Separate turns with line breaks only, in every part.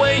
味，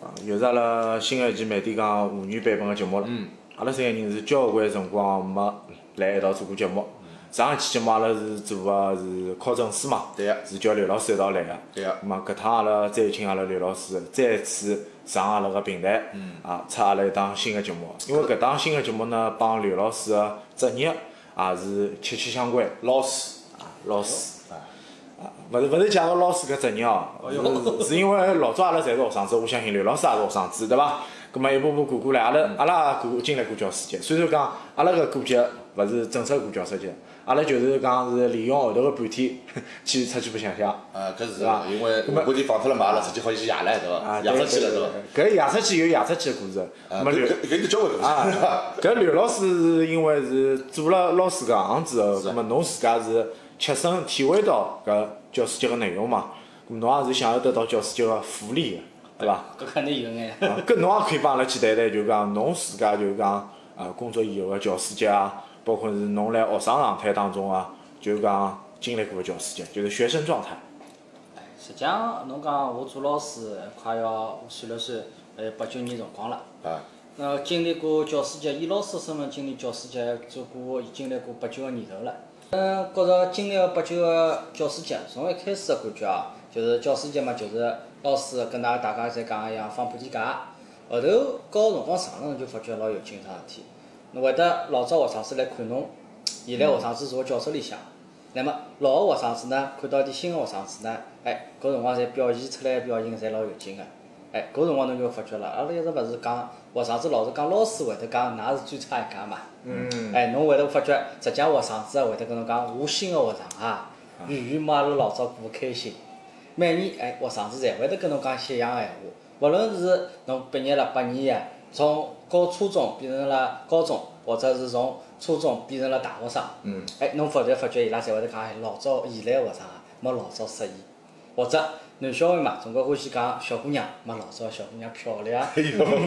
啊，又是阿拉新的一期《麦点讲妇女版本》的节目了。嗯。阿拉三个人是交关辰光没来一道做过节目。上一期节目阿拉是做个是考证书嘛，
对个
是叫刘老师一道来个。
对个
那么搿趟阿拉再请阿拉刘老师再次上阿拉个平台，
嗯
啊，出阿拉一档新的节目。因为搿档新的节目呢，帮刘老师个职业也是息息相关。
老师，
啊，老师。啊，勿是勿是介绍老师搿职业哦，
哎
是是因为老早阿拉侪是学生子，我相信刘老师也是学生子，对伐？葛末一步步过过来，阿拉
嗯
阿拉也过经历过教师节，虽然讲阿拉搿过节勿是正式过教师节，阿拉就是讲是利用后头个半天 去出去白相相。
啊，搿是
是吧
个，因为
那么
我估计放脱了嘛，阿拉直接好像去夜了，对伐？
啊，
夜
对
出去了，对伐？
对对搿夜出去有夜出去个故事，
啊，
葛末刘
搿搿搿就交关故事，是
啊
吧，
搿刘老师是因为是做了老师搿行之后，
是
葛末侬自家是切身体会到搿教师节个内容嘛，葛末侬也是享受得到教师节个福利个，对伐？
搿肯定有眼。
啊搿侬也可以帮阿拉去谈谈，就讲侬自家就讲啊工作以后个教师节啊，包括是侬辣学生状态当中啊，就讲经历过个教师节，就是学生状态。
实际上，侬讲我做老师快要我算了算，呃，八九年辰光了。
啊，
那经历过教师节，以老师身份经历教师节，做过已经历过八九个年头了。嗯，觉着经历了八九个教师节，从一开始的感觉啊，就是教师节嘛，就是老师跟大大家侪讲一样放半天假。后头搞辰光长了，侬就发觉老有劲啥事体。侬会得老早学生子来看侬，现在学生子坐教室里向。那么老个学生子呢，看到点新个学生子呢，哎，搿辰光侪表现出来个表现侪老有劲个。哎，搿辰光侬就发觉了，阿拉一直勿是讲学生子老是讲老师会得讲，㑚是最差一家嘛。嗯。哎，侬会得发觉，实际学生子啊会得跟侬讲，我新个学堂啊，远远没阿拉老早过得开心。每年哎，学生子侪会得跟侬讲些一样个闲话，勿论是侬毕业了八年呀，从高初中变成了高中，或者是从初中变成了大学生，嗯，哎，侬发觉发觉伊拉侪会得讲，哎，老早现在学生啊，没老早适意，或者男小孩嘛，总归欢喜讲小姑娘，没老早小姑娘漂亮，啊
勿要紧，勿
哎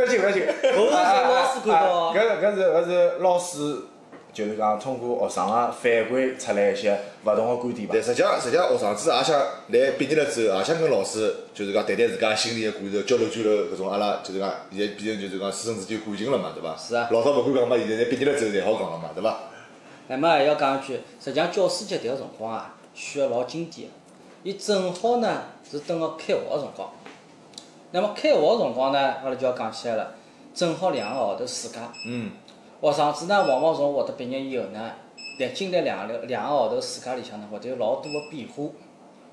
要紧，勿要紧。啊
搿是老师看到啊
搿是搿是搿是老师，就是讲通过学生个反馈出来一些勿同个观点吧
对，。实际上，实际上，学生子也想来毕业了之后，也想跟老师就是讲谈谈自家心里的感受，交流交流搿种阿拉就是讲现在变成就是讲师生之间感情了嘛，对伐？
是啊
老早勿敢讲嘛，现在毕业了之后才好讲了嘛，对伐？
那么还要讲一句，实际上教师节迭个辰光啊，选个老经典的，伊正好呢是等到开学个辰光。那么开学个辰光呢，阿拉就要讲起来了，正好两个号头暑假。
嗯。
学生子呢，往往从获得毕业以后呢，在经历两个两个号头暑假里向呢，会得有老多个变化。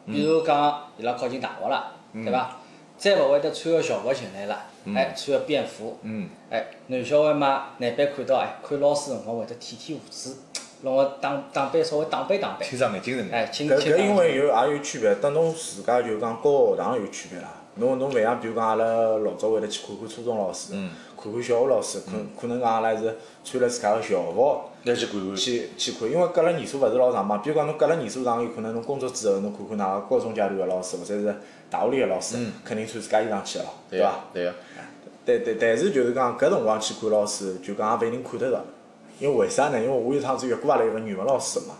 嗯
比如讲，伊拉考进大学了，对伐？再勿会得穿个校服进来了，哎，穿个便服。
嗯。
哎，男小孩嘛，难免看到哎，看老师辰光会得舔舔胡子，弄个打打扮稍微打扮打扮。
亲上眼睛是
哎，
眼。
亲
搿
亲
搿因为有也有区别，等侬自家就讲高学堂有区别啦。侬侬勿像比如讲阿拉老早会得去看看初中老师，
嗯
看看小学老师，可可能讲阿拉是穿了自家个校服
要去看看。
去去看，因为隔了年数勿是老长嘛。比如讲侬隔了年数长，有可能侬工作之后，侬看看哪个高中阶段个老师或者是大学里个老师，肯定穿自家衣裳去了，
嗯对
伐
伐？？对个。
但但但是就是讲搿辰光去看老师，就讲也勿一定看得着，因为为啥呢？因为我有趟子约过阿拉一个语文老师嘛，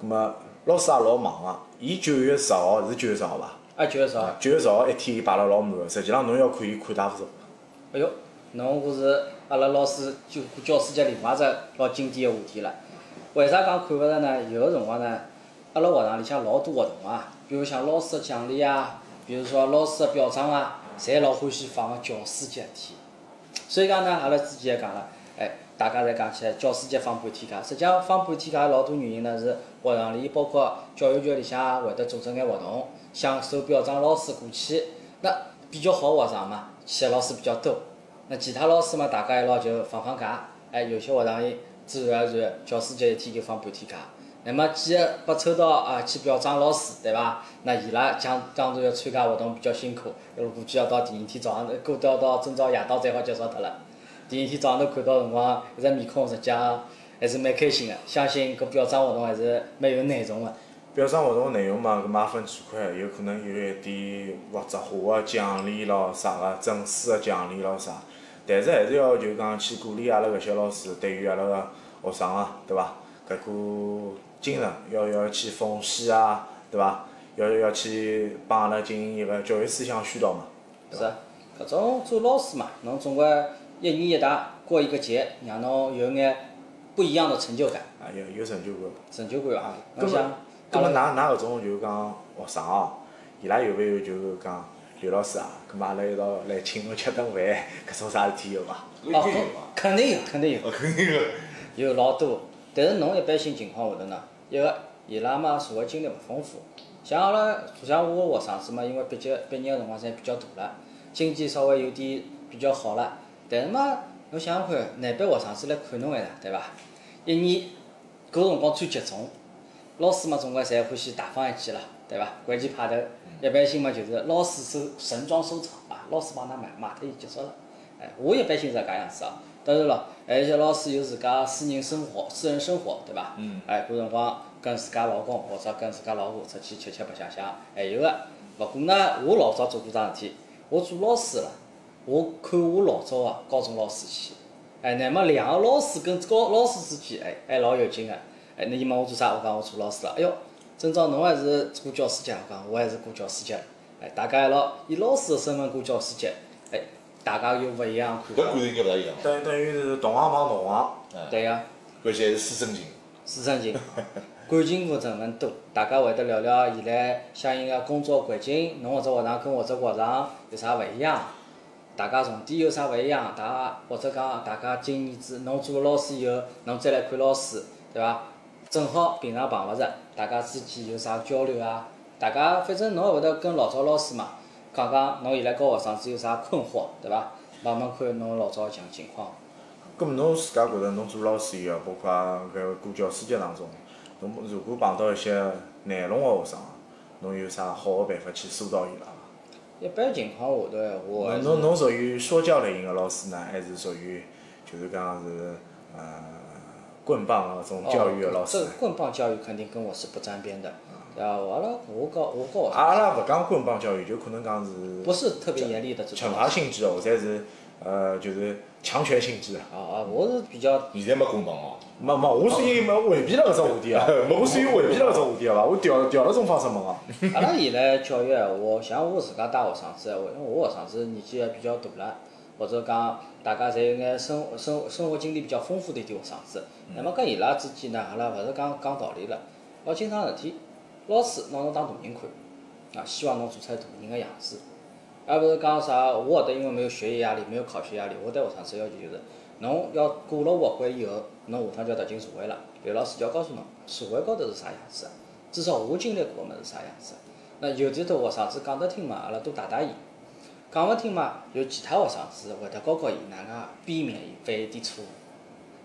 葛末老师也老忙个、伊九月十号是九月十号伐？
啊，就是啥？
九月十号一天伊排了老满个，实际浪侬要看伊看大勿着。
哎哟，侬搿是阿拉老师就教师节另外一只老经典个话题了。为啥讲看勿着呢？有个辰光呢，阿拉学堂里向老多活动啊，比如像老师个奖励啊，比如说老师个表彰啊，侪老欢喜放个教师节天。所以讲呢，阿拉之前也讲了，哎，大家侪讲起来教师节放半天假，实际上放半天假老多原因呢是学堂里包括教育局里向会得组织眼活动，想收表彰老师过去，那比较好学生嘛，去的老师比较多，那其他老师嘛，大家一道就放放假，哎，有些学堂里自然而然教师节一天就放半天假。那么几个被抽到啊去表彰老师，对伐？那伊拉讲当然要参加活动比较辛苦，要估计要到第二天早上，过到到今朝夜到才好结束脱了。第二天早上头看到辰光，一只面孔实际上还是蛮开心的。相信搿表彰活动还是蛮有内容的。
表彰活动内容嘛，搿么也分几块，有可能有一点物质化个奖励咯，啥个正式个奖励咯啥，但是还是要就讲去鼓励阿拉搿些老师对于阿拉个学生啊，对伐？搿股精神要要去奉献啊，对伐？要要去帮阿拉进行一个教育思想宣导嘛。
是啊，搿种做老师嘛，侬总归一年一大过一个节，让侬有眼不一样的成就感、
啊，有有成就感。
成就感啊。
葛
侬
末
想，
葛
阿
末㑚
拉
㑚搿种就是讲学生哦，伊拉有没有就是讲刘老师啊？葛末阿拉一道来请侬吃顿饭，搿种啥事体有伐？
哦，肯定有，肯定有。
哦肯定个。
有老多，但是侬一般性情况下头呢，一个伊拉嘛社会经历勿丰富，像阿拉像我个学生子嘛，因为毕竟毕业个辰光侪比较大了，经济稍微有点比较好了，但是嘛，侬想想看，难办学生子来看侬一场，对伐？一年搿辰光最集中，老师嘛总归侪欢喜大方一记啦，对伐？关键派头，一般性嘛就是老师收盛装收场啊，老师帮㑚买买脱伊结束了。哎，我一般性是搿样子啊。当然了，还有一些老师有自家私人生活、私人生活，对伐？嗯。哎，搿辰光跟自家老公或者跟自家老婆出去吃吃白相相，还有个。勿过呢，我老早做过桩事体，我做老师了，我看我老早啊高中老师去，哎，乃末两个老师跟高老师之间，哎，还老有劲个、哎，那伊问我做啥？我讲我做老师了。哎哟，今朝侬还是过教师节，啊我讲我还是过教师节了。哎，大家一道以老师的身份过教师节，哎，大家又勿一样看
搿
法
感。觉应该勿大一样，
等等于是同行帮同行，
对呀、
而且还是师生情。
师生情，感情分成分多，大家会得聊聊现在相应个工作环境，侬或者学堂跟或者学堂有啥勿一样，大家重点有啥勿一样，大家或者讲大家今年子侬做了老师以后，侬再来看老师，对伐？正好平常碰勿着，大家之间有啥交流啊？大家反正侬也会得跟老早老师嘛，讲讲侬现在教学生子有啥困惑，对伐？问问看侬老早的情情况。
葛末侬自家觉着侬做老师以后，包括搿过教师节当中，侬如果碰到一些难弄个学生，啊侬有啥好个办法去疏导伊拉伐？
一般情况下头闲话，
侬侬侬属于说教类型的老师呢，还是属于就是讲是呃棍棒啊这种教育的老师
哦
啊
这
呢
个？棍棒教育肯定跟我是不沾边的，对吧？我阿拉我搞我搞，
阿拉勿讲棍棒教育，就可能讲是
不是特别严厉的这种啊
惩。罚性质的，或者是呃就是强权性质的。
啊啊，我是比较
现在没棍棒哦，
没没，我属于没回避了搿只话 题啊，我属于回避了搿只话题啊伐？我调调了种方式问啊。
阿拉现在教育闲话，像我自家带学生子闲话，因为我学生子年纪也比较大了，或者讲大家侪有眼生活生活生活经历比较丰富的一点学生子，那么跟伊拉之间呢，阿拉勿是讲讲道理了，老经常事体，老师拿侬当大人看，啊，希望侬做出大人个样子，而啊勿是讲啥我搿搭因为没有学业压力，没有考试压力，我对学生子要求就是，侬要过了五关以后，侬下趟就要踏进社会了，刘老师就要告诉侬社会高头是啥样子的，至少我经历过个物事啥样子的。那有的头学生子讲得听嘛，阿拉多带带伊；讲勿听嘛，有其他学生子会得教教伊哪能介避免伊犯一点错误。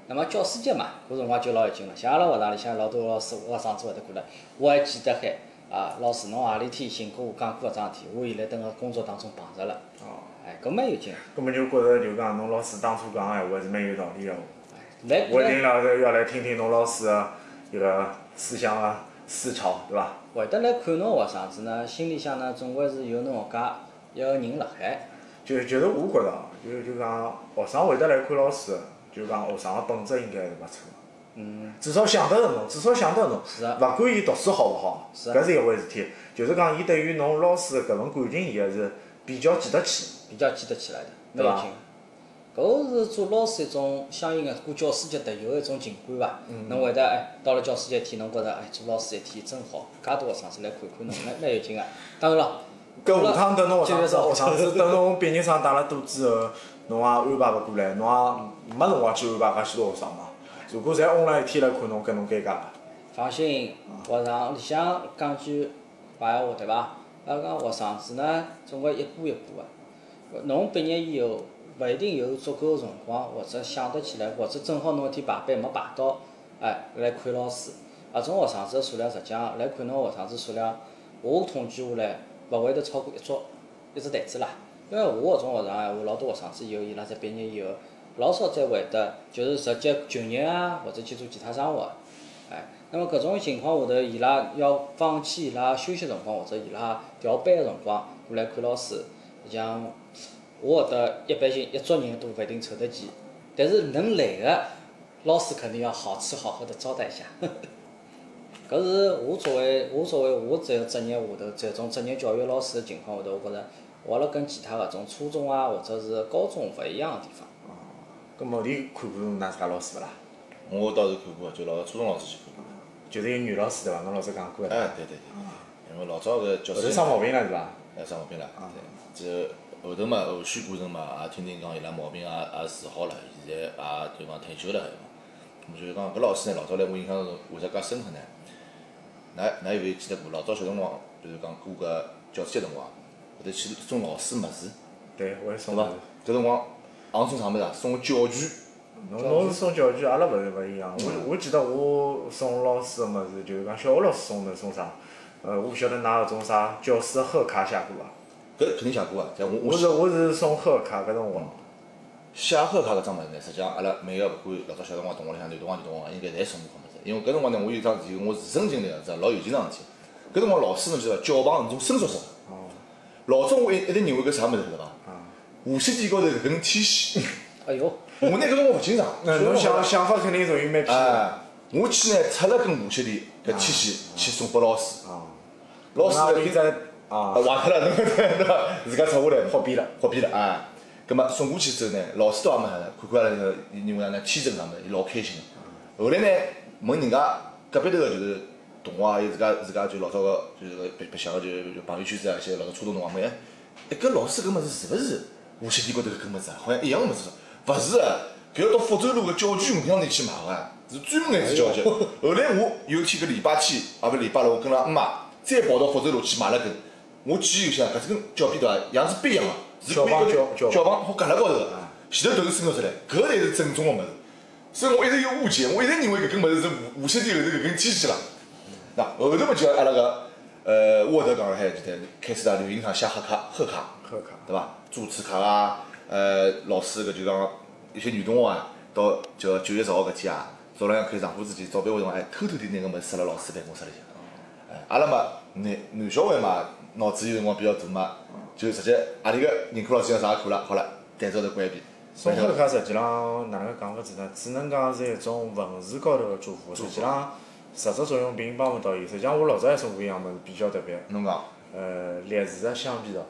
那么教师节嘛，搿辰光就老有劲了。像阿拉学堂里向老多老师学生子会得过来，我还记得海啊，老师侬何里天寻过我讲过搿桩事体，我现在蹲辣工作当中碰着了。
哦，
哎，搿蛮有劲。
搿么就觉着就讲侬老师当初讲个闲话是蛮有道理个。哦
来，
我一
来
定要要来听听侬老师个一个思想个思潮，对伐？
会得来看侬学生子呢，心里向呢总归是有侬搿家一个人哎辣海。
就就是我觉着啊，就就讲学生会得来看老师，就讲学生个本质应该是勿错的。
嗯，
至少想得着侬，至少想得着侬。
是啊
勿管伊读书好勿好，
是啊
搿是一回事体。就是讲，伊对于侬老师搿份感情，伊还是比较记得起。
比较记得起来的，
对
蛮
吧
有劲。搿是做老师一种相应的过教师节特有的一种情感伐？
嗯
侬会得哎，到了教啊师节一天，侬觉着哎，做老师一天真好，介多学生子来看看侬，蛮蛮有劲个。当然了，
搿下趟等侬
就
学
是
生
说
学生子等侬毕业生带了多之后，侬也安排勿过来，侬也没辰光去安排介许多学生嘛。如果侪online 一天来看侬，搿侬尴尬伐？
放心，学堂里向讲句白闲话，对伐？阿拉讲学生子呢，总归一步一步个。侬毕业以后，勿一定有足够个辰光，或者想得起来，或者正好侬一天排班没排到，哎，来看老师。搿种学生子个数量，实际上来看侬学生子数量，我统计下来，勿会得超过一桌一只台子啦。因为我搿种学堂闲话，老多学生子以后，伊拉侪毕业以后，老少再会得就是直接就业啊，或者去做其他生活的。哎，那么搿种情况下头，伊拉要放弃伊拉休息辰光或者伊拉调班个辰光过来看老师，像我觉得一般性一桌人都勿一定凑得齐，但是能来个老师肯定要好吃好喝的招待一下。 搿是我作为我作为我这个职业下头这种职业教育老师的情况下头，我觉着我阿拉跟其他搿种初中啊或者是高中勿一样的地方。
搿某地看过㑚自家老师勿啦？
我倒是看过，就老初中老师去看过。
就是一个女老师对伐？侬老师讲过的，
哎，对对
哦
对，因为老早搿教
后
师
头生毛病了是伐？
哎生毛病了，
啊
对，这后头嘛后续过程嘛，也听听讲伊拉毛病啊也也治好了，现在也就讲退休了，还嘛。咾么就是讲搿老师呢，老早来我印象中为啥介深刻呢？㑚㑚有没有记得过？老早小辰光，比如讲过搿教师节辰光，会得去送老师物事，
对，我也送
对伐
过。？
搿辰光，昂送啥物事啊？送教具。
侬侬是送教具，阿拉勿是勿一样。我我记得我送老师个物事，就是讲小学老师送的送啥？呃，我勿晓得㑚搿种啥教师的贺卡写过伐？
搿肯定写过啊！但我
我
我
是我是送贺卡搿辰光，
写贺卡搿张物事呢，实际上阿拉每个勿管老早小辰光同学里向、男同学、女同学，应该侪送过搿物事。因为搿辰光呢，我有一桩事体，我自身经历个是老有劲桩事体。搿辰光老师侬知道伐，教旁是种伸缩式个。老早我一一直认为搿啥物事晓得伐？
啊
无锡地高头搿根天线，
哎哟，
我拿搿辰光勿清爽。
啊 嗯那侬想想法肯定属于蛮偏的。
哎，我去呢，拆了根无锡地搿天线去送拨老师。老师
啊那
呢
你在啊
啊，坏脱了， 侬对伐？自家拆下来，
好比了。
好比了啊。葛末送过去之后呢，老师倒也没啥的，看看阿拉个认为啥呢，天真啥么，伊老开心个。后来呢，问人家隔壁头个就是同学，还有自家自家就老早个就是个白白相个就就朋友圈子啊，一些老早初中同学问，哎，哎搿老师搿物事是勿是无锡地高头搿搿物事啊？好像一样个物事，勿是啊，搿要到福州路个教具五香店去买个，是专门眼只教具。后来我有一天搿礼拜天，啊勿礼拜六，我跟阿拉姆妈再跑到福州路去买了根。我记忆里向搿只根教片对伐，样是不一样个，是
小
规格
帮
的
教
小房好夹辣高头个，啊前头头是伸出来，搿才是正宗个物事。所以我一直有误解，我一直认为搿根物事是无无锡店后头搿根机器啦。那后头么就阿拉个呃沃德讲了海就对，开始啊流行上写贺卡贺卡，
贺卡
对伐？主持卡啊，呃老师搿就讲有些女同学啊，到就九月十号搿天啊，早浪向开上课之前，早班会辰光还哎偷偷地拿搿物事塞辣老师办公室里向。哎，阿拉嘛男男小孩嘛，脑子有辰光比较大嘛，就直接啊阿里个任课老师要上课了，好了，台子高头关闭。
送贺卡实际上哪能讲法子呢？只能讲是一种文字高头的祝福，实际上实质作用并帮勿到伊。实际上我老早还送过一样物事，比较特别，
侬讲，
呃，栗子的橡 皮条。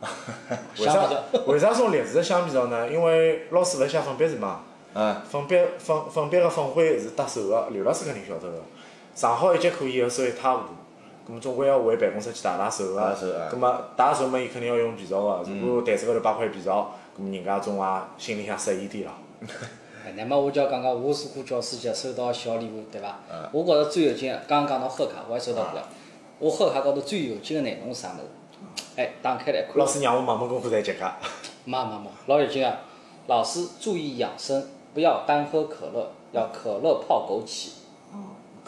为
想
啥
勿着。
为啥送栗子的橡皮条呢？因为老师勿是写粉笔字嘛，
嗯，
粉笔粉粉笔个粉灰是搭手个，刘老师肯定晓得个。上好一节课以后收一塌糊涂，葛么总归要回办公室去汏汏手
汏手
个
啊。嗯
葛么汏手嘛，伊肯定要用肥皂个。如果台子高头摆块肥皂，葛么人家总也心里向适意点了。
哎，那么我就要讲讲我是过教师节收到小礼物，对伐？
嗯
我觉着最有劲的，刚刚讲到贺卡，我还收到过。我贺卡高头最有劲的内容是啥物事？哎，打开来看。
嗯老师让我盲目功夫在结 界。
妈妈妈，老有劲啊！老师注意养生，不要单喝可乐，要可乐泡枸杞。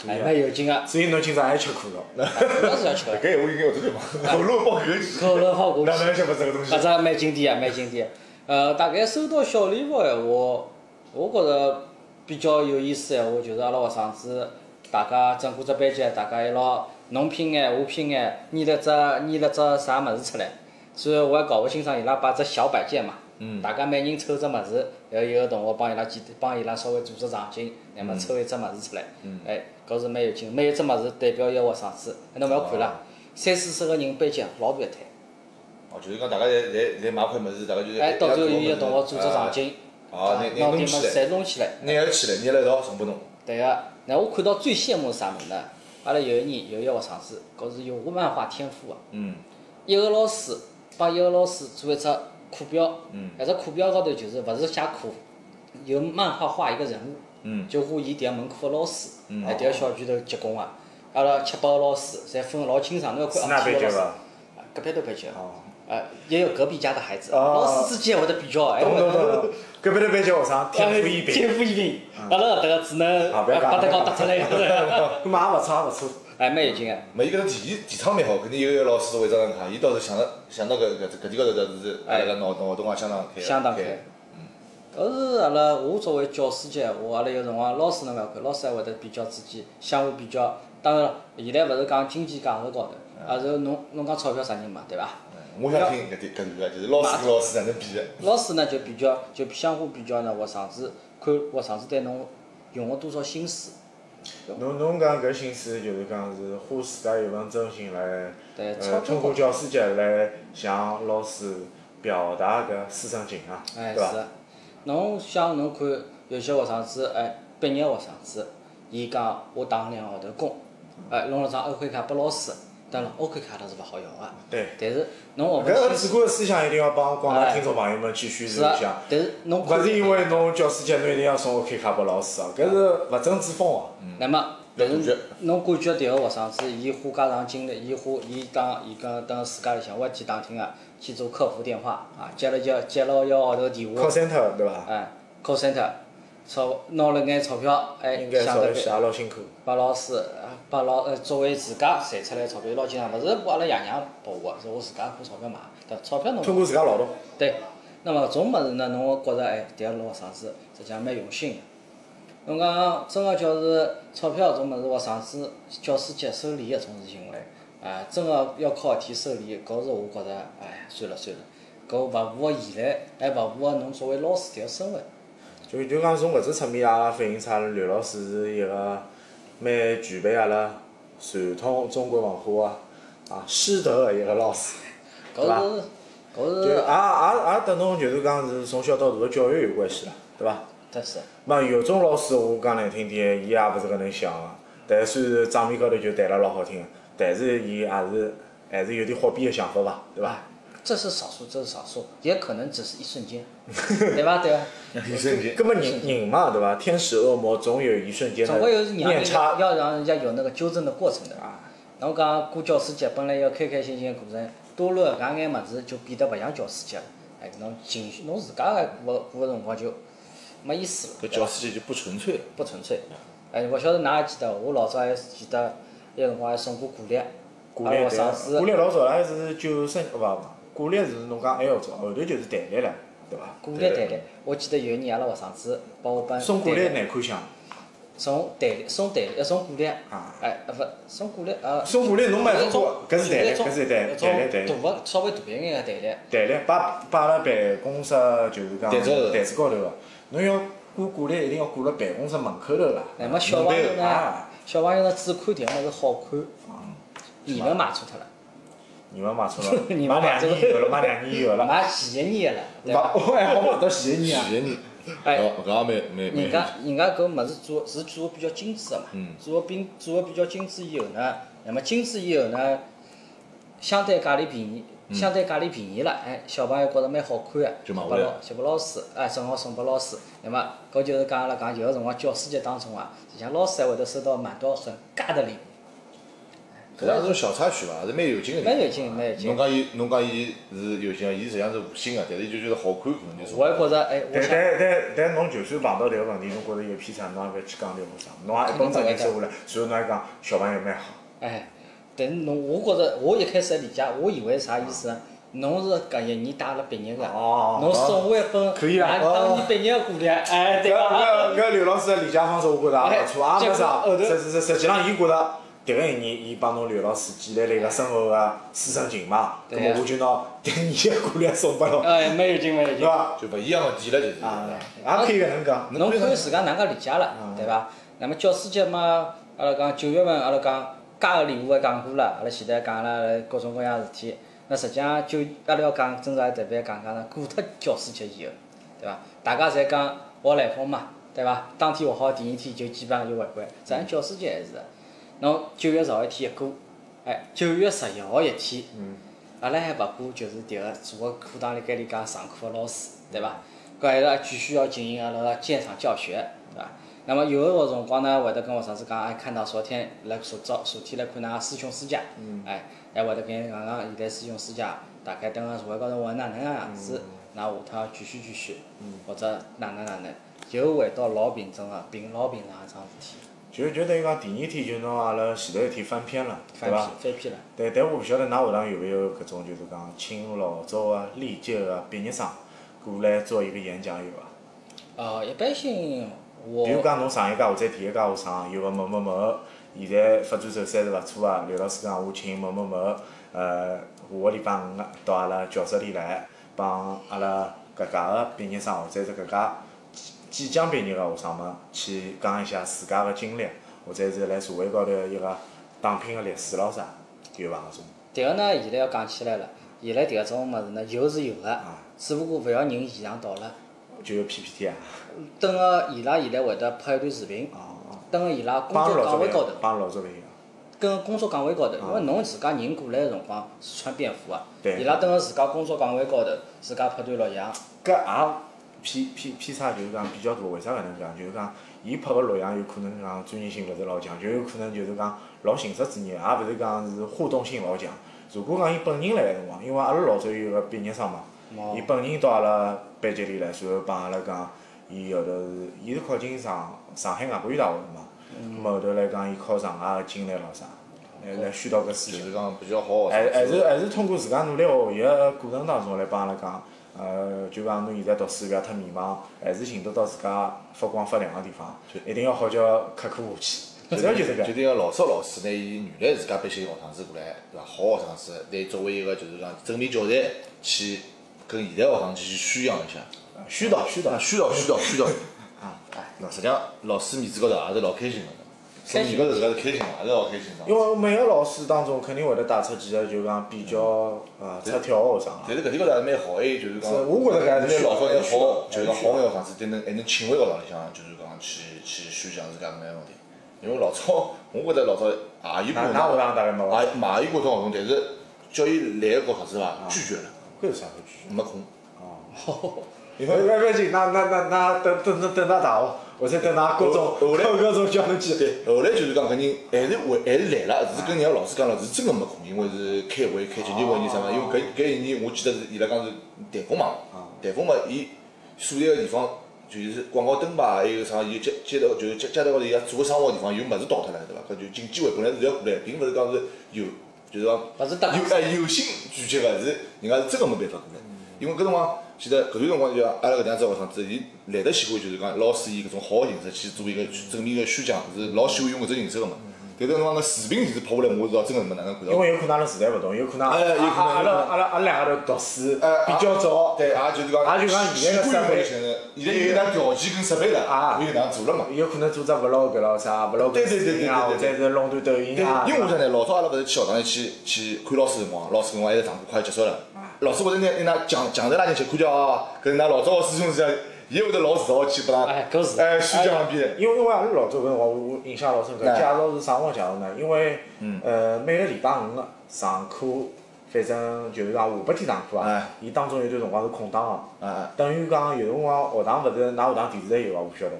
哎，蛮有劲啊！
所以侬今朝还吃嗯可啊乐？
主要是要吃
搿闲话应该有得对伐？我录报搿句，
可乐泡枸杞
哪。能晓得这个东西
搿？只蛮经典啊，蛮经典。呃，大概收到小礼物闲话，我觉着比较有意思闲话，就是阿拉学生子，大家整个只班级，大家一道侬拼眼，我拼眼，捏了只捏了只啥物事出来。所以我还搞勿清爽伊拉摆只小摆件嘛，大家每人抽只物事，然后有个同学帮伊拉记，帮伊拉稍微做只场景，乃末抽一只物事出来，哎，搿是蛮有劲。每一只物事代表一个学生子，侬勿要看啦，三四十个人班级老大一摊。
哦，就是讲大家侪侪侪买块物事，大家就是
哎，到最后伊
一
个同学组
哎
织场景，
哦
啊，拿拿
拿
弄
点
起
么
来，
侪弄起来，
拿起哎来，拿了一道送拨侬。
对个。那我看到最羡慕是啥物事呢？阿拉有一年有一个学生子，搿是有漫画天赋个，啊
嗯，
一个老师帮一个老师做一只课表，
嗯
搿只课表高头就是勿是写课，有漫画画一个人物，
嗯
就画伊迭门课个老师，
嗯哦
哎，迭个小区头结棍啊，阿拉七八个老师侪分得老清爽，侬要看
是哪
阿几
班
个
级
老师
伐？
啊隔壁头班级，啊，也有隔壁家的孩子，
哦
老师之间会得比较，哎，
懂
会
懂懂懂， 隔壁头班级学生天赋异禀，
天赋异禀，阿拉搿搭只能
啊
把
不要讲
搭高搭出来，
搿么也勿差也勿错。
哎，蛮有劲个。
没伊搿个提提倡蛮好，肯定有一个老师会这样讲，伊倒是想到想到搿搿搿点高头倒是
哎
哎，搿脑脑洞啊相当开，
相当开。搿是阿拉我作为教师级闲话，阿拉有辰光老师侬勿要看，老师还会得比较之间相互比较。当然了，现在勿是讲经济价值高头，
嗯
啊，然后侬侬讲钞票啥人嘛，对伐？
嗯我想听搿点搿个，就是老师跟老师哪能比的？
老师呢就比较就相互比较呢，学生子看学生子对侬用了多少心思，
侬侬讲搿心思就是讲是花自家一份真心来，
对操
呃，通
纵
过
好
教师节来向老师表达搿师生情啊，
哎
对
是
伐？
的。侬像侬看有些学生子，哎，毕业学生子，伊讲我打两个号头工，哎，弄了张 OK 卡拨老师，当然 OK 卡它是勿好要个。
对
但是侬学
搿
勿
个
清
主观的思想一定要帮广大听众朋友们去宣
哎是
传一
啊
下，，
但是侬
勿
看
是，因为侬教师节侬一定要送 OK 卡拨老师啊，搿是勿正之风哦。
那么但
感觉
是侬感觉迭个学生子，伊花介长精力，伊花伊当伊讲等自家里向歪天打听啊，去做客服电话啊，接了接接了一个号头电话
call，center 对伐？
哎，call center，钞拿了眼钞票，哎
应，该
想
稍
得
微写也老辛苦。
把老师，啊把老呃作为自家赚出来的钞票捞进来，勿是我阿拉爷娘拨我，是我自家花钞票买的，但钞票侬
通过自家劳动，
对，那么搿种物事呢，侬会觉着哎，迭个老学生子实际上蛮用心个。侬讲真个叫是钞票搿种物事，学生子教师节收礼搿种事情唻，啊，真个要靠提收礼，搿是我觉着哎，算了算了，搿勿符合现在，还勿符合侬作为老师迭个身份。
就就讲从搿只侧面也反映出阿拉刘老师是一个蛮具备阿拉传统中国文化啊啊师德的一个老师，
搿
对伐？
是搿
就也也啊
是，
也跟侬就是讲是从小到大的教育有关系啦，对伐？
但是
嘛，有种老师我讲难听点，伊也勿是搿能想个，但虽然账面高头就谈了老好听，但是伊也是还是有点好变的想法伐，对伐？
这是少数，这是少数，也可能只是一瞬间， 对伐？对伐？
一瞬间，
搿么人人嘛，对伐？天使恶魔总有一瞬间的
总归有是让
念
人家
差，啊
要让人家有那个纠正的过程的。侬讲过教师节本来要开开心心的过程，多了搿眼物事就变得勿像教师节了。哎，侬情绪侬自家个过过个辰光就没意思了，
搿教师节就不纯粹了。
不纯粹。
嗯
哎，勿晓得㑚还记得伐？我老早还记得，有辰光还送过鼓励，
鼓
阿
励
拉学
对啊
生子
鼓励老早还是九十勿勿，鼓励是侬讲还要早，后头就是弹力了，对伐？
鼓励弹力。我记得有一年阿拉学生子帮我班
送鼓励
弹力
难看相，
送弹力送弹力呃送鼓励，哎呃勿送鼓励呃。
送鼓励侬买
有
勿
一种
过，搿是弹力，搿是弹力，弹力弹力
大。个稍微大一眼个弹力，
弹力摆摆辣办公室就是讲
台子高头
台子高头个，侬要挂鼓励一定要挂辣办公室门口头啦。
那么小朋友
门口
呢
啊，嗯
小朋友呢只看迭个物事好看，你们买错脱了，
你们买错了，
你
买
们
两
买错了
年有了，买两年有了。
买几一年了，对
买
伐？
我还好买到前一年啊。
前年，
哎
哦，搿也蛮蛮
人
蛮
家人家搿物事做是做得比较精致个嘛，
嗯
做得比做得比较精致以后呢，那么精致以后呢，相对价钿便宜，相对价钿便宜了，哎，小朋友觉着蛮好看个，
嗯就买
拨
回来
老
了
就拨老师，哎，正好送拨老师，那么搿就是讲阿拉讲有个辰光教师节当中啊，实际上老师还会得收到蛮多很假的礼物。
搿也是种小插曲伐，还是蛮有劲个。
蛮有劲蛮有劲
侬讲伊，侬讲伊是有劲，伊实际上是无心个，但是伊就觉得好看，可能就是。
我还觉着，哎，我
但
想
但但但侬就算碰到迭个问题，侬觉着有偏差，侬也勿要去讲迭个啥，侬也一本正经说下来，随后侬还讲小朋友蛮好。
哎，但是侬，我觉着我一开始理解，我以为啥意思呢？侬是搿一年带阿拉毕业个，
哦
侬送我一份，
可以啊哦
俺当年毕业鼓励，哎，
搿
对伐？
搿搿刘老师的理解方式，我觉着也勿错，也没啥
哎结果后。头
实实实际上，伊觉着迭个一年，伊帮侬刘老师建立了一个深厚个师生情嘛。
对啊
么
呀
我就拿迭年的鼓励送拨侬，
哎，蛮有劲，蛮有
对
劲。
伐？
就勿一样个点了，就是。
啊，也可以搿能讲。
侬看自家哪能介理解了，对伐？那么教师节嘛，阿拉讲九月份，阿拉讲加个礼物也讲过了，阿拉前头讲了各种各样的事体。那实际上就阿拉要讲，真正特别讲讲呢，过脱教师节以后，对伐？大家侪讲学来风嘛，对伐？当天学好，第二天就基本上就回归。实际上教师节还是的，侬九月十号一天一过，哎，九月十一号一天，阿拉还勿过就是迭个做个课堂里该里介上课个老师，对伐？搿还要继续要进行阿拉个现场教学，对伐？那么有个辰光呢，会得跟学生子讲，哎，看到昨天来昨朝昨天来看㑚师兄师姐，
嗯
哎，还会得跟伊讲讲，现在师兄师姐大概蹲辣社会高头混哪能样
嗯
样子，㑚下趟要继续继续，或者哪能哪能，又回到老平常个平老平常个桩事体，
就就等于讲第二天就拿阿拉前头一天翻篇了，对
翻篇
伐？
翻篇了。
但但我勿晓得㑚下趟有没有搿种就是讲请老早个历届个毕业生过来做一个演讲有啊伐？
呃，一般性我
比如讲侬上一届或者第一届学生有个某某某，现在发展走势还是勿错啊。刘老师讲我请某某某，呃，下个礼拜五啊到阿拉教室里来帮阿拉搿届个毕业生或者是搿届即将毕业个学生们去讲一下自家个经历，或者是来社会高头一个打拼个历史咯啥，有伐搿种？
迭个呢，现在要讲起来了，现在迭种物事呢有是有个，
啊
只不过勿要人现场到了。
就有 PPT 啊，
等个伊拉现在会得拍一段视频，等个伊拉工
帮
作
老
岗
早
位
朋
高
友
头，，
啊帮老早朋友，
跟工作岗位高头，因为侬自家人过来个辰光是穿便服个，
啊对
伊拉等个自家工作岗位高头，自家拍段录像，
搿也偏偏偏差就是讲比较大。为啥搿能讲？就是讲伊拍个录像有可能讲专业性勿是老强，就有可能就是讲老形式主义，也勿是讲是互动性老强。如果讲伊本人来个辰光，因为阿拉老早有个毕业生嘛
哦，
伊本人到阿拉班级里来，随后帮阿拉讲，伊后头是伊是考进上上海外国语大学的嘛，咁么后头来讲伊考上海个经历咯啥，来来宣导搿事情
就。是讲比较好
还
的
还
学生
是还是通过自家努力学习个过程当中来帮阿拉讲，呃，就讲侬现在读书勿要太迷茫，还是寻得到自家发光发亮个地方，一定要好叫刻苦下 去，主要就是
就
搿。
对个老少老师呢，伊原来自家班级里学生子过来，对伐？好学生子，拿作为一个就是讲正面教材，去跟现在学生去宣扬一下，
宣导宣导
啊，，宣导宣导 宣导。啊，那实际上老师面子高头也是老开心个，从面高头自家是开心个，也是老开心
因
个。
为每个老师当中肯定会得带出几个就讲比较呃出挑个学生啊，
但是搿点高头还是蛮好，还有就是讲，
是我觉得搿还是
拿老少还
需要
好，就是讲
还是需
好
要
个学生子，对能还能请回学堂里向，就是讲去去宣扬自家没问题。因为老早，我觉得老早也有过
哪哪学堂大概没伐？
也买一过种活动，但是叫伊来个考试伐，拒绝了，
搿有啥好拒
没空。
绝？勿勿要紧，那那那那等等等等到大学，或者等到高中，
后
后
后来
高中叫侬去。
后来就是讲，搿哎人还是回，还是来了，只是跟人家老师讲了，是真个没空，因为是开会、开检讨会议啥物事。因为搿搿一年，我记得是伊拉讲是台风嘛，
啊
台风嘛，伊所在个地方就是广告灯吧，还有啥，有街街道就是街街道高头，伊拉做个生活地方有物事倒脱了，对伐？搿就经济委本来是要过来，并勿是讲是有，就是讲
勿是搭
有哎有心拒绝个，是人家是真个没办法过来。
嗯
因为搿辰光，记得搿段辰光就阿拉搿两只学生子，伊来得喜欢就是讲老师以搿种好个形式去做一个正面个宣讲，是老喜欢用搿种形式个嘛。但是搿辰光搿视频就是拍下来，我是真个没哪能看
嗯因
到。
为有可能阿拉时代勿同，有可能阿
哎有可能
阿阿拉
有可能
阿拉阿拉两个头读书
哎
比较早，啊
对，也啊就是讲，
也就讲现在个设备
现在有搿能条件跟设备了，
啊
可以搿能做了嘛。
有可能做只 vlog 咯啥 vlog
对对对对对
啊，
对
或
对
者是弄段抖音啊
对，，因为我想呢，老早阿拉勿是去学堂里去去看老师辰光，老师辰光还是上课快结束了，
啊
老师会得拿拿讲讲台拉进去看叫啊，搿㑚老早个师兄师姐，伊会得老自豪去帮㑚
哎搿是
哎宣讲一遍，
因为因为阿拉老早搿辰光，我印象老深刻。
哎嗯
介绍是啥辰光介绍呢？因为呃每个礼拜五个上课，反正就是讲下半天上课
哎
啊，伊当中有段辰光是空档啊
哎哎
个，等于讲有辰光学堂勿是㑚学堂电视台有伐？我勿晓得，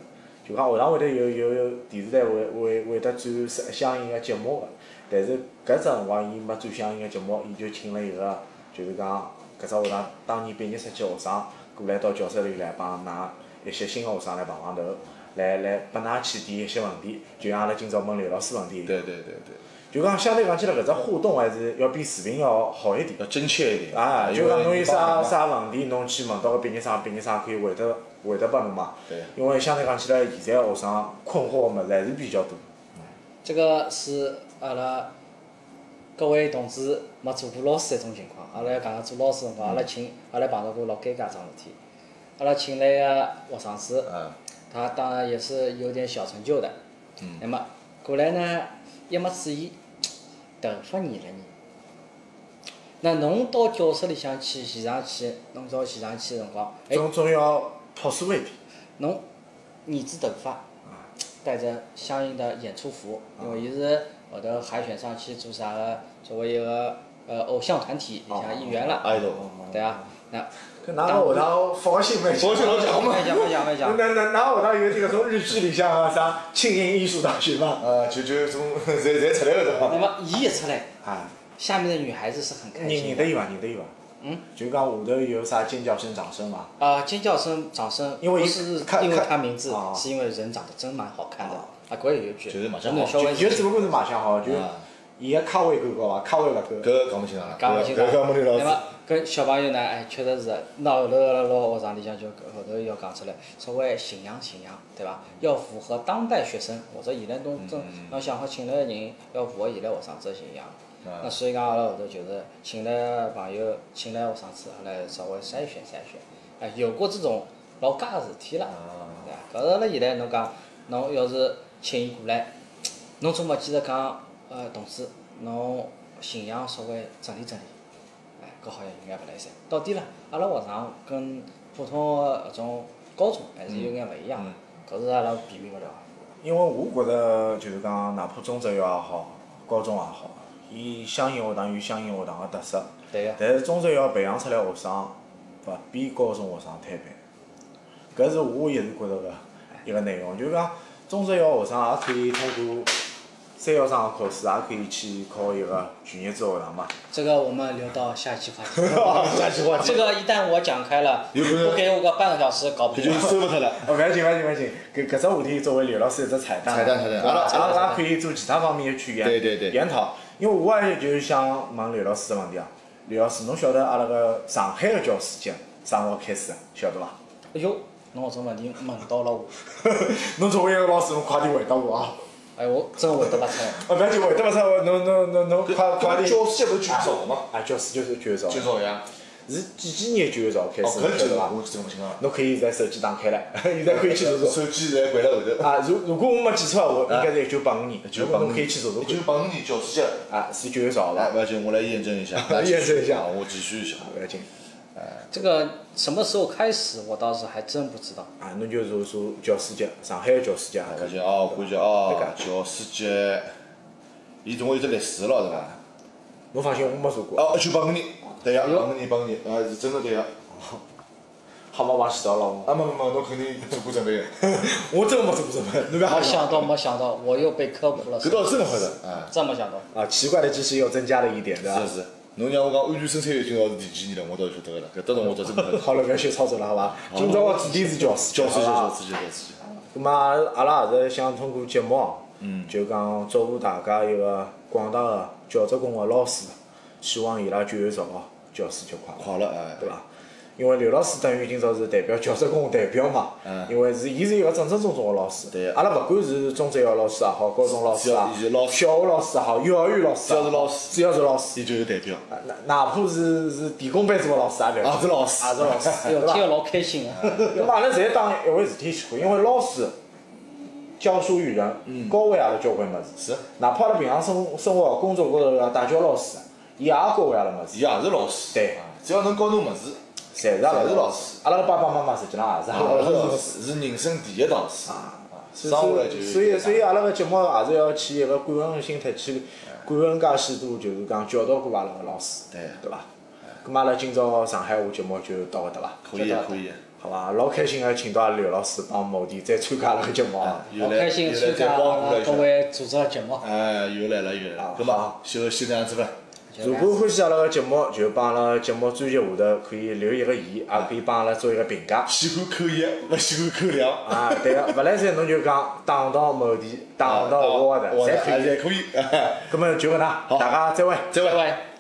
就讲学堂会得有有有电视台会会会得转相相应个节目个，但是搿只辰光伊没转相应个节目，伊就请了一个就是讲搿只学堂当年毕业出去个学生过来到教室里来帮㑚一些新个学生来碰碰头。来来，拨㑚去提一些问题，就像阿拉今朝问刘老师问题一样，
对对对对，
就讲相对讲起来，搿只互动还是要比视频要好一点。
要真切一点
啊，就讲侬有啥？
因为
啥问题，侬去问到个毕业生，毕业生可以回答回答拨侬嘛。
对
因为相对讲起来，现在学生困惑个物事还是比较多。
这个是阿拉各位同志没做过老师一种情况。阿拉要讲做老师辰光，阿拉请阿拉碰到过老尴尬桩事体。阿拉请来个学生子，
嗯
他当然也是有点小成就的。嗯。那么过来呢，一没注意，头发染了染。那侬到教室里向去现场去，侬到现场去的辰光，哎，
总总要朴素一点。
侬染指头发，
啊
带着相应的演出服，因为伊是后头海选上去做啥个，作为一个呃偶像团体
哦
里向一员了，
idol
对啊，那
搿哪个学堂放个心没？
我就老讲嘛，
慢讲慢讲慢讲，
那那哪个学堂有这个从日剧里向啊啥庆应艺术大学嘛？
呃，就就从侪侪出来了
那
的。
么伊一出来，
啊，
下面的女孩子是很开
认
心
认
的
得伊伐？认得伊伐？
嗯，
就讲下头有啥尖叫声、掌声嘛？
啊、尖叫声、掌声，
因为
不是
看
因为
看
她名字
哦，
是因为人长得真蛮好看的啊，搿也有一句，
就是马上
人
好
稍微
就只不过是马相好，就
啊
伊个咖位够高伐？咖位勿够。
搿个讲勿清爽了，
讲勿清
搿
爽。
个讲勿清
那
爽
么，搿小朋友呢，哎，确实是，那后头阿拉老学堂里向就后头要讲出来，所谓形象形象，对伐？要符合当代学生或者现在中正，要想好请来个人，要符合现在学生子的形象。
啊
那所以讲，阿拉后头就是请来朋友，请来学生子，阿拉稍微筛选筛选，哎，有过这种老家事体了，对伐？搿是阿拉现在侬讲，侬要是请伊过来，侬总勿记得讲，呃，同志，侬形象稍微整理整理，哎，搿好像有眼勿来三。到底了，阿拉学堂跟普通的搿种高中还是有眼勿一样，搿是阿拉避免勿了。
因为我觉着就是讲，哪怕中职也好，高中也好，伊相应学堂有相应学堂个特色。
对个，
但是中职要培养出来学生，勿比高中学生摊板。搿是我一直觉着个一个内容，就是讲中职要学生也可以通过三幺三个考试，也可以去考一个全日制学堂嘛。
这个我们留到下一期话 题。
了。下句话题
这个一旦我讲开了，
有可能
不给我个半个小时搞不
就
定。
收勿脱 了。
哦，勿要紧，勿要紧，勿要紧。搿搿只话题作为刘老师一只彩蛋，啊
彩蛋彩蛋
阿拉
彩蛋
阿
彩
拉
蛋
也可以做其他方面的去研
对对对
研讨。因为我也就是想问刘老师个问题啊，刘老师，侬晓得阿拉个上海个教师节啥辰光开始啊？晓得伐？
哎呦，侬搿种问题问到了我，
侬作为一个老师，侬快点回答我啊！
哎，我真回答勿出来。
哦，勿要紧，回答勿出来，侬侬侬侬快快点。
教师节勿是举早嘛？
啊，教师就是九月十号，
举早呀。
是几几年九月十号开
哦，
始
搿
的，晓
是举
得
早，
伐？
我真勿清爽了。
侬可以现在手机打开来， 现在可以去查 查。
手机侪掼辣后头。
啊，如如果我没记错的话，应该是一九八五年，
九八
侬可以去查查
一九
看。
八五年教师节。
啊，是九月十号伐。
来，？勿要紧，我来验证一下
验证一下
啊我继续一下。
勿要紧。
这个什么时候开始，我倒是还真不知道。
啊，侬就查查教师节，上海的教师节啊，
感觉哦，感觉哦，
对
教师节，伊总归有只历史了，对伐？
侬放心，我没查过。
哦，一九八五年，对
哎
呀，
呦
八五年，八五年，啊，是真的对呀。
好嘛，忘记掉了我。
啊，没没没，侬肯定做过准 备的，
我真的没查过什么，侬不要
没
害羞
想到，没想到，我又被科普了。
搿倒是真的好的，啊，
真没想到。
啊，奇怪的知识又增加了一点，对伐？
是是。侬让我讲安全生产已经到是第几年了，我倒是晓得个了，搿倒是我倒真的不晓得。
好了，勿要写操作了，好伐？今朝个主题是教师节，啊
哦教师节，
好
教
伐
师节，教师节。
咁嘛，阿拉也是想通过节目，啊
嗯
就讲照顾大家一个广大个教职工个老师，希望伊拉九月十号教师节快乐，
快乐哎
对伐？因为刘老师等于今朝是代表教职工代表嘛，
嗯
因为是伊是一个正正宗宗个老师，
对
阿拉勿管是中职校老师也好，高中老师啊也好
只要是啊老，师
小学老师也好，幼儿园老师也好，
只要是老师
只要是老师，
伊就有代表。
啊哪哪怕是是电工班做个老师也勿要紧
啊是老师
也是 老师，
哎
对
呦，
伐
听？了老开心啊！
那么阿拉侪当一回事体去看，因为老师教书育人，
嗯
教会阿拉交关物事。
是
哪怕阿拉平常生生活、工作高头个大教老师，伊也教会阿拉物
伊
事，
也是老师，
对
啊只要能教侬物事，
侪是阿拉
侪是老师。
阿拉个爸爸妈妈实际上也是阿拉
也是
个
老
啊老师。
师，是人生第一导师。啊，生活了就
所以，所以阿拉个节目也是要去一个感恩的心态去感恩介许多，就是讲教导过阿拉个老师，
对啊
对伐？咁嘛阿拉今朝上海话节目就到搿搭伐？
可以啊可以。
好伐？老开心啊个，请到阿拉刘老师帮某弟再参加阿拉个节目啊。
又
老
来
开心
又来
参
再
加
光顾
阿
了
拉
一
各
下。
位主持的节目。
哎，又来了又来
啊
了，搿么就就这样子吧。
如果欢喜阿拉个节目，就帮阿拉节目专辑下头可以留一个言，也可以帮阿拉做一个评价。
喜欢扣一，勿喜欢扣两。
啊，对个，勿来三侬就讲打到某地，打
啊
到我
的，
的，
我
侪
的啊
可以。
哎侪可以。
咁么就搿能，大家再会。
再会。
拜拜。